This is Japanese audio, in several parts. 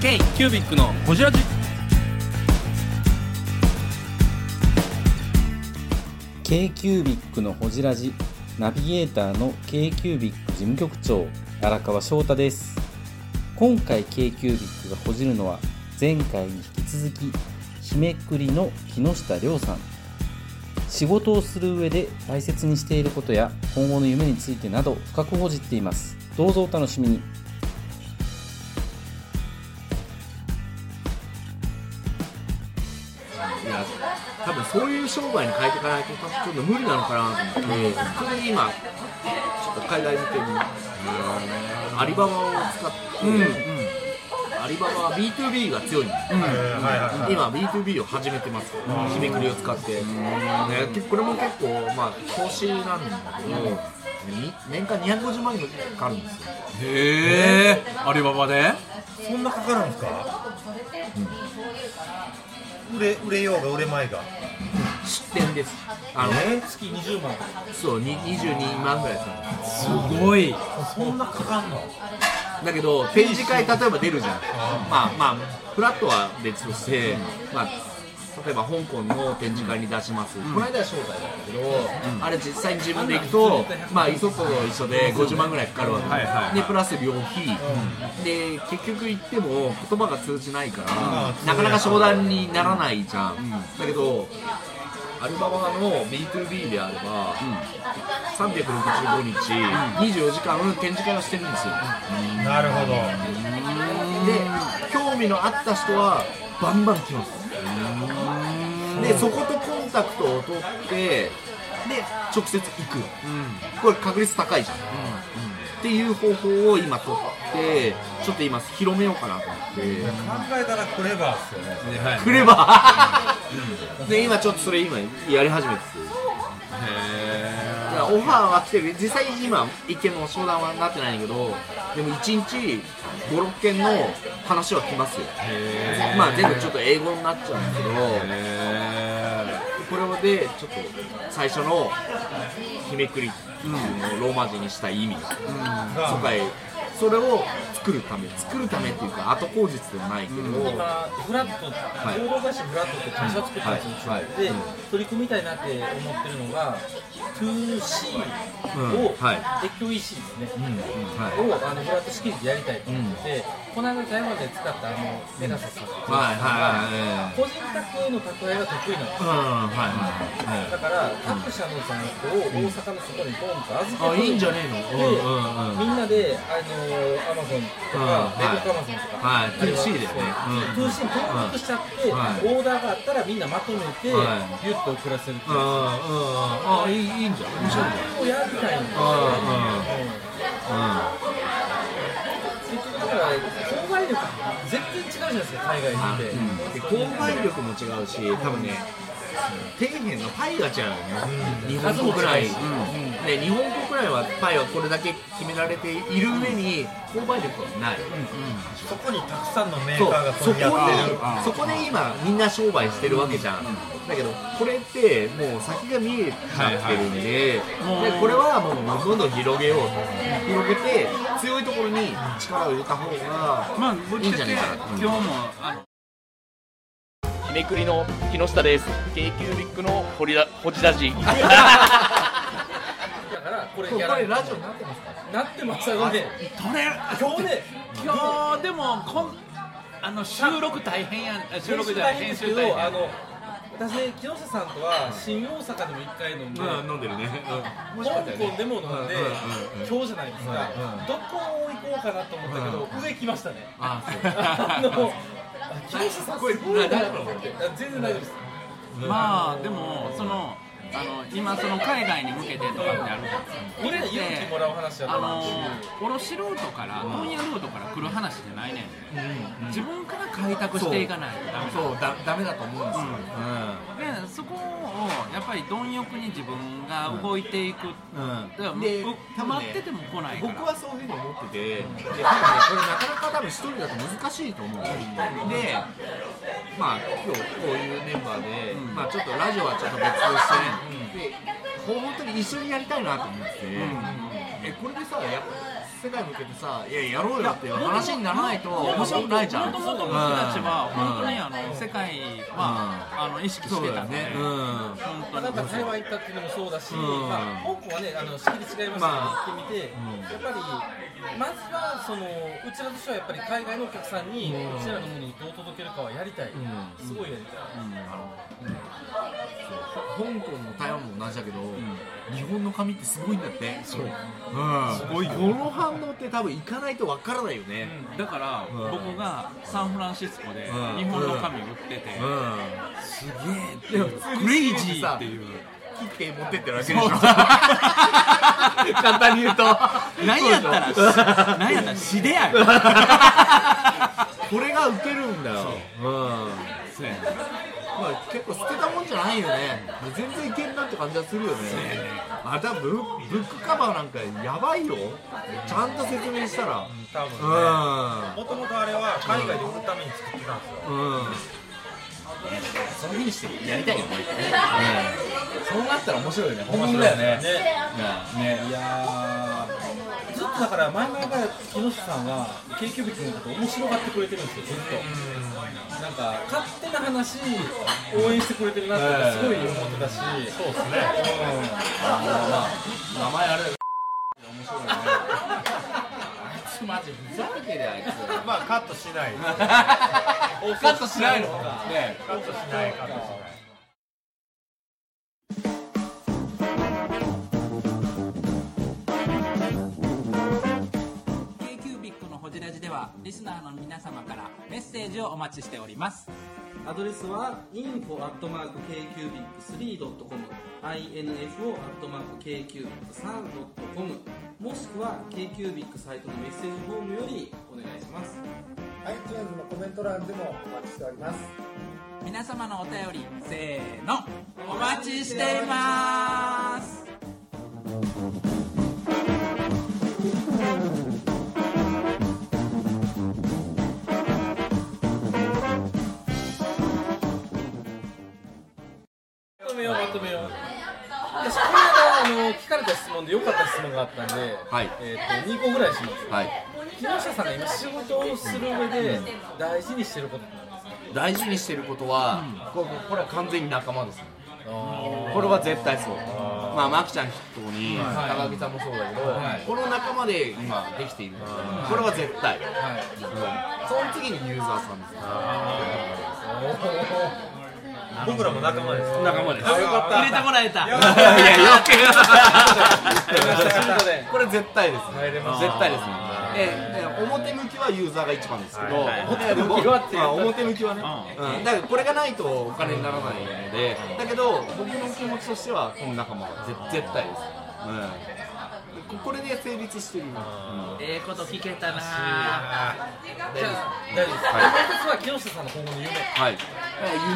K キュービックのホジラジ k q u b i c のほじラジナビゲーターの k q u b i c 事務局長荒川翔太です今回 k q u b i c がほじるのは前回に引き続き日めくりの木下亮さん仕事をする上で大切にしていることや今後の夢についてなど深くほじっていますどうぞお楽しみにいや多分そういう商売に変えていかないとちょっと無理なのかなと思って、それで今ちょっと海外向けに、アリババを使って、アリババは B2B が強いんで、今 B2B を始めてます日めくりを使って、ね結構これも結構まあ投資なんだけど、に年間250万円かかるんですよへえアリババでそんなかかるんですか、売れ売れようが売れまいが失点ですあのえ月20万そうに22万ぐらいですねすごいそんなかかんのだけど展示会例えば出るじゃんまあまあフラットは別として、まあ例えば香港の展示会に出します、この間は招待だったけど、あれ実際に自分で行くと、まあ、イソップと一緒で50万ぐらいかかるわけ、はいはいはいでプラス旅費、で結局行っても言葉が通じないから、うんなかなか商談にならないじゃん、だけどアルババの B2B であれば、365日、24時間展示会をしてるんですよ、なるほどで興味のあった人はバンバン来ますでそことコンタクトを取ってで直接行く、これ確率高いじゃん、っていう方法を今取ってちょっと今広めようかなと思って、考えたらクレバーっすよね来れば、で今ちょっとそれ今やり始めててだからオファーは来てる実際今一件も商談はなってないんだけどでも1日56件の話は来ますよまあ全部ちょっと英語になっちゃうんだけどこれでちょっと最初の日めくりっていうのをローマ字にした意味が、そこへそれを作るため作るためっていうか後口実ではないけど、今フラット、い合同会社フラットって会社を作ってるんですよ、はいはいで、うん取り組みたいなって思ってるのが 2C うんを、は EC ですね、はいをあのフラット式でやりたいと思ってて、この間台湾で使ったあのメガサスさんっていう人がはいはいはい個人宅の宅配が得意なんですうんよはいはいはいだから各社の在庫を大阪の外にドンと預あけていいんじゃねえのうんでうんうんみんなで、あのアマゾンとか、うんレイコットアマゾンとか、はいあれは 2C だよねうんそう 2C に登録しちゃって、はいオーダーがあったらみんなまとめて、はギュッと送らせるっていう、うんうんあいいいいんじゃん面白いんじをやりたいんですゃんよ、うんうんうん結局だから、購買力、全然違うじゃないですか、海外に行って。うんで購買力も違うし多分ね底辺のパイが違うよね日本国内で日本国内はパイはこれだけ決められている上に購買力はないそこにたくさんのメそーうカーがそこ取でり合ってるそこで今みんな商売してるわけじゃん、だけどこれってもう先が見えちゃってるんで,、でこれはもうどんどん広げようと広げて強いところに力を入れた方がまあぶっいいんちじゃゃけねえ今かな日もあの日めくりの木下です k q b i c のホリラホジラジだから、これこやれらないラジオになってますかなってましたよね。今日ね、今日でもこんあの収録大変やんあ収収録録じじゃゃなないい編編集集大変と、あの、私、木下さんとは、新大阪でも一回飲んで、うん飲んでるね、うん、面白香かったよね港でも飲んでうんうんうん、今日じゃないですか、どこ行こうかなと思ったけど、上来ましたね。 あ あそうあの、木下さん、すごいなと思って、全然大丈夫です。まあでもそのあの今その海外に向けてとかってあるじゃん俺ら勇気もらう話だとあ思うのー、卸ルートから問屋ルートから来る話じゃないねん、自分から開拓していかないとダメだそうだダメだと思うんですよ、うでそこをやっぱり貪欲に自分が動いていく、だからんもうで溜まってても来ないから僕はそういうふうに思ってて、で多分ね、これなかなか多分一人だと難しいと思う、で、まあ今日こういうメンバーで、んまあちょっとラジオはちょっと別として、で、本当に一緒にやりたいなと思ってて、えこれでさ、やっぱ世界向けてさ、いや、やろうよっていう話にならないと面もと白くもとないじゃん。僕たちは本当にあの世界はあの意識しそうてだたよんでね。うん。本当なんかに台湾行ったっていうのもそうだし、んまあ、香港はね、あの仕切り違いましたけど、行ってみて、やっぱり、まずはそのうちらとしては、やっぱり海外のお客さんに、うちらのものをどう届けるかはやりたい、すごいやりたい、香港も台湾も同じだけど、日本の紙ってすごいんだって。そう。うん。すごいこの反応って多分行かないとわからないよね。だから僕がサンフランシスコで日本の紙売っててうん。すげえ。。クレイジーっていうう切って持ってってるわけでしょ。そう簡単に言うと。何やったらしそうでしょ 何やったら死でやるこれがウケるんだよ。うん。そうやねまあ、結構捨てたもんじゃないよね全然いけんなって感じはするよねまたブブックカバーなんかやばいよちゃんと説明したら多分ねうもともとあれは海外で売るために作ってたんですよんうんそういうふうにしてやりたいよねそうなったら面白いよね面白いよねいやー、ずっとだから、前々から木下さんは、京急ビックのこと、面白がってくれてるんですよ、ずっと。なんか、勝手な話、応援してくれてるなって、すごい思ってたし、そうですね。名前あれだけど面白いよねあいつマジふざけてるよあいつまあカットしないカットしないのねカットしないカットしない「KQBIC のほじラジ」ではリスナーの皆様からメッセージをお待ちしておりますアドレスは info.kcubic3.com info.kcubic3.com もしくは KQBIC サイトのメッセージフォームよりお願いします皆様のお便りせーのお待ちしていますまとめようまとめよう私この間あの聞かれた質問で良かった質問があったんで、はいえー、と2個ぐらいしますはい木下さんが今仕事をする上で大事にしてることって何ですか大事にしてることは、これこれは完全に仲間ですねこれは絶対そうまあマキちゃん筆頭に、高木さんもそうだけど、はいこの仲間で今できているので、これは絶対、うんその次にユーザーさんですね僕らも仲間です仲間です入れてもらえたいや余計 で これ絶対ですね入れまし絶対ですねええ表向きはユーザーが一番ですけど、表表向きはっていうまあ 表向きはね、うんだからこれがないとお金にならないので、だけど僕の気持ちとしてはこの仲間はぜ絶対です、うんここれで成立してる、ええこと聞けたなじゃあ大丈夫です、はいもう一つは木下さんの今後の夢はい、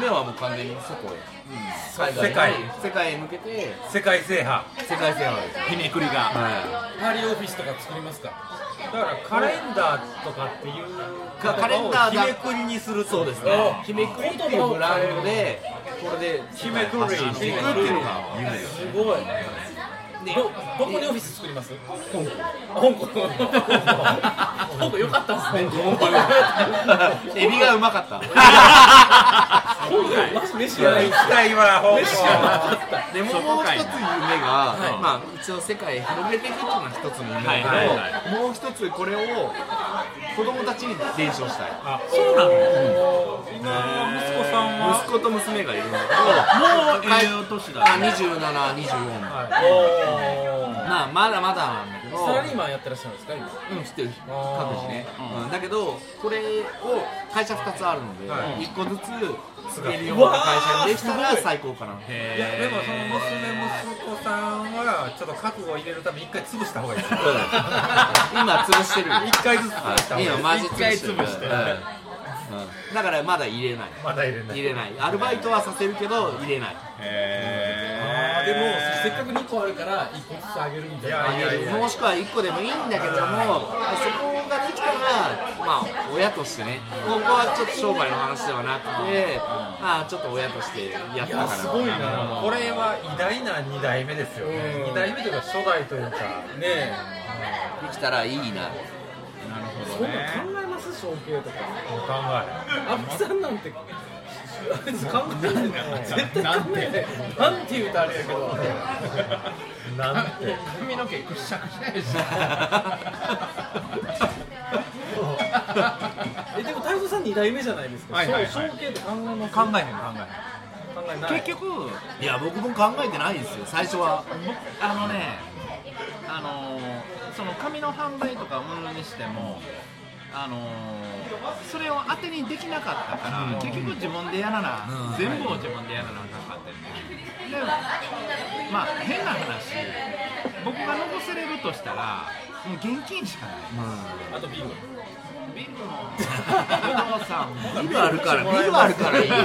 夢はもう完全に外へ、世界世界へ向けて世界制覇世界制覇ですひねくりが、はパリオフィスとか作りますかだからカレンダーとかっていういカレンダーひがめくりにするそうですね日めくりっていうブランドでこれでひめくり発信していくっていうのが夢ですすごいどどこにオフィス作ります香港香港香港よかったですねエビがうまかった香港マジ飯いやが行きたいわ香飯がなか港ったでももう一つ夢が、まあ一応世界へ広げていくっていうのは一つの夢だけど、はいはいもう一つこれを子供たちに伝承したいそうなの今息子さんは息子と娘がいるんだもうはい栄養都市だ、けど、あ2724、まあまだまだなんだけどサラリーマンやってらっしゃるんですか今うん、知ってる各自ね、うん、だけどこれを会社2つあるので、はい1個ずつ作れるような会社にできたら最高かなへいやでもその娘息子さんはちょっと覚悟を入れるために一回潰した方がいいですよ今潰してる一回ずつ潰した方がいい今マジ潰してる一回潰してうんうんだからまだ入れないまだ入れない入れないアルバイトはさせるけど入れなあいーでもせっかく2個あるから1個ずつあげるみたいなやいやもしくは1個でもいいんだけどもそこができたらまあ親としてねここはちょっと商売の話ではなくてまあちょっと親としてやったかな これは偉大な2代目ですよね2代目というか初代というかねえできたらいいななるほそどんなんね考えます象形とか考え阿部さんなんてあいつ考えない絶対考えないなんて言うとあれやけどなんて髪の毛くしゃくしゃやしえでも太蔵さん2代目じゃないですか、はいはいはいそう象形って考えます考えへん考えへん考えない結局いや僕も考えてないですよ最初は僕あのねあのーその紙の販売とかものにしてもあのーそれを当てにできなかったから、結局自分でやらな、全部を自分でやらなあかんかったよねでまあ変な話僕が残せれるとしたらもう現金しかないあとビールビルも 不動産もビルあるからビルあるからいいよね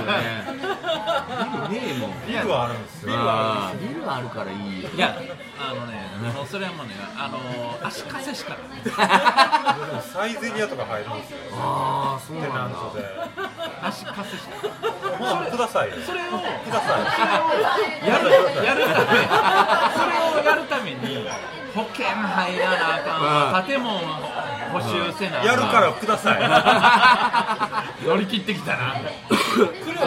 ビルねえもんいやビルはあるんですよあービルあるからいいよいやあのねもうそれはもうねあのー足かせしかないサイゼリアとか入るんですよああそうなテんナだントで足かせしかないまあくださいよそれをくださいやるやるためそれをやるために保険入らなあかんわ建物補修せなあかんやるからくださ乗り切ってきた な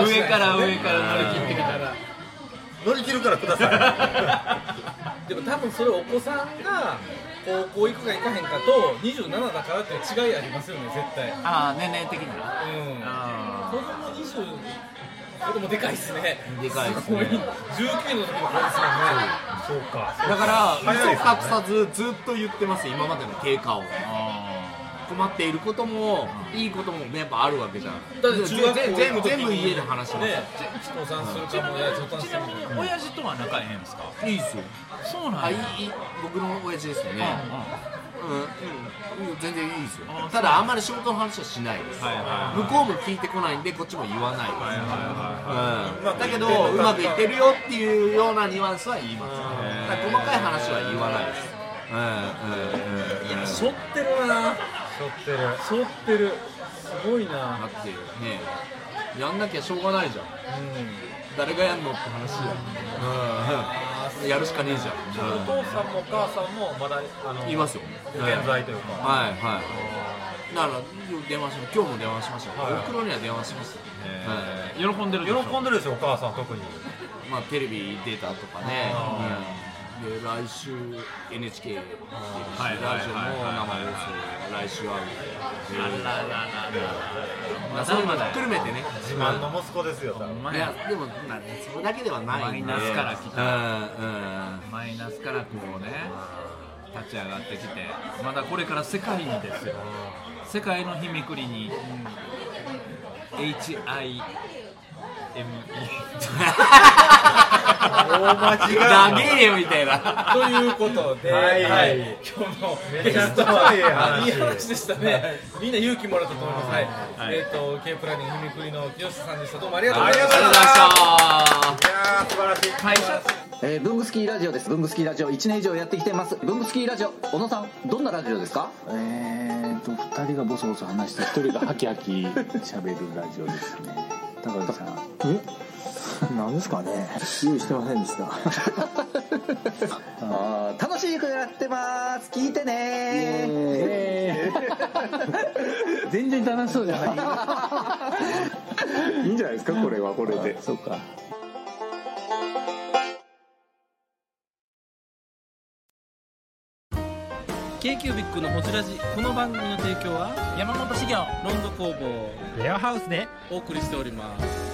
上から上から乗り切ってきたな乗り切るからくださでも多分それお子さんが高校行くか行かへんかと27だからっていう違いありますよね絶対うんああ年齢的な子供20子供でかいっすねでかいですすごい19ねの時の子ですもんねいそうかだから早いですね嘘隠さずずっと言ってます今までの経過を困っていることもいいこともやっぱあるわけじゃんだって中学校全部全部全部家で話しますねお子さんするちかなもみやにちなみに親父とは仲ええんですかいいですよそうなあいんやいいい僕の親父ですよねうん、うんうん、全然いいですよあただあんまり仕事の話はしないです、はいは向こうも聞いてこないんでこっちも言わないです、うん、だけどううままくくいいっっててるよっていうようなニュアンスは言います、だから細かい話は言わないですうんうんうんいやしょってるなしょってるしょってるすごいなだってねやんなきゃしょうがないじゃん、誰がやんのって話や、うん、やるしかねえじゃん、お父さんもお母さんもまだあの言いますよ、現はい在というかはいはいだから電話しました今日も電話しましたよ、はいおふくろには電話しましたよ、はい喜んでるでしょ喜んでるでしょお母さん特にまあ、テレビ出たとかね、あうんで来週 NHK 出てるし、はいはいはいラジオも生放送来週あるんで、あらららまあ、そういうのひっくるめてね自慢の息子ですよ多分マいイナやでも、まあね、それだけではないんでマイナスから来たうんうんマイナスからこうね立ち上がってきてまだこれから世界にですよ世界の日めくりに HIME 大間違いだげえよみたいなということで、はい今日のめゲちゃスくトちはゃいい話いい話でしたね。みんな勇気もらったと思います。はい。えっ、と K プランニングひみくりの清さんでした。どうもありがとうございましありがとうございましたいやー素晴らしい会社えー、ブングスキーラジオです。ブングスキーラジオ1年以上やってきてます。ブングスキーラジオ、小野さん、どんなラジオですかえーと、2人がボソボソ話して、1人がハキハキ喋るラジオですね。高木さん。えなんですかね用意してませんで した。あー楽しい曲やってます。聞いてね 全然楽しそうじゃ ない。いいんじゃないですか、これはこれで。そうか。 KQBIC のホジラジこの番組の提供は山本資源ロンド工房レアハウスでお送りしております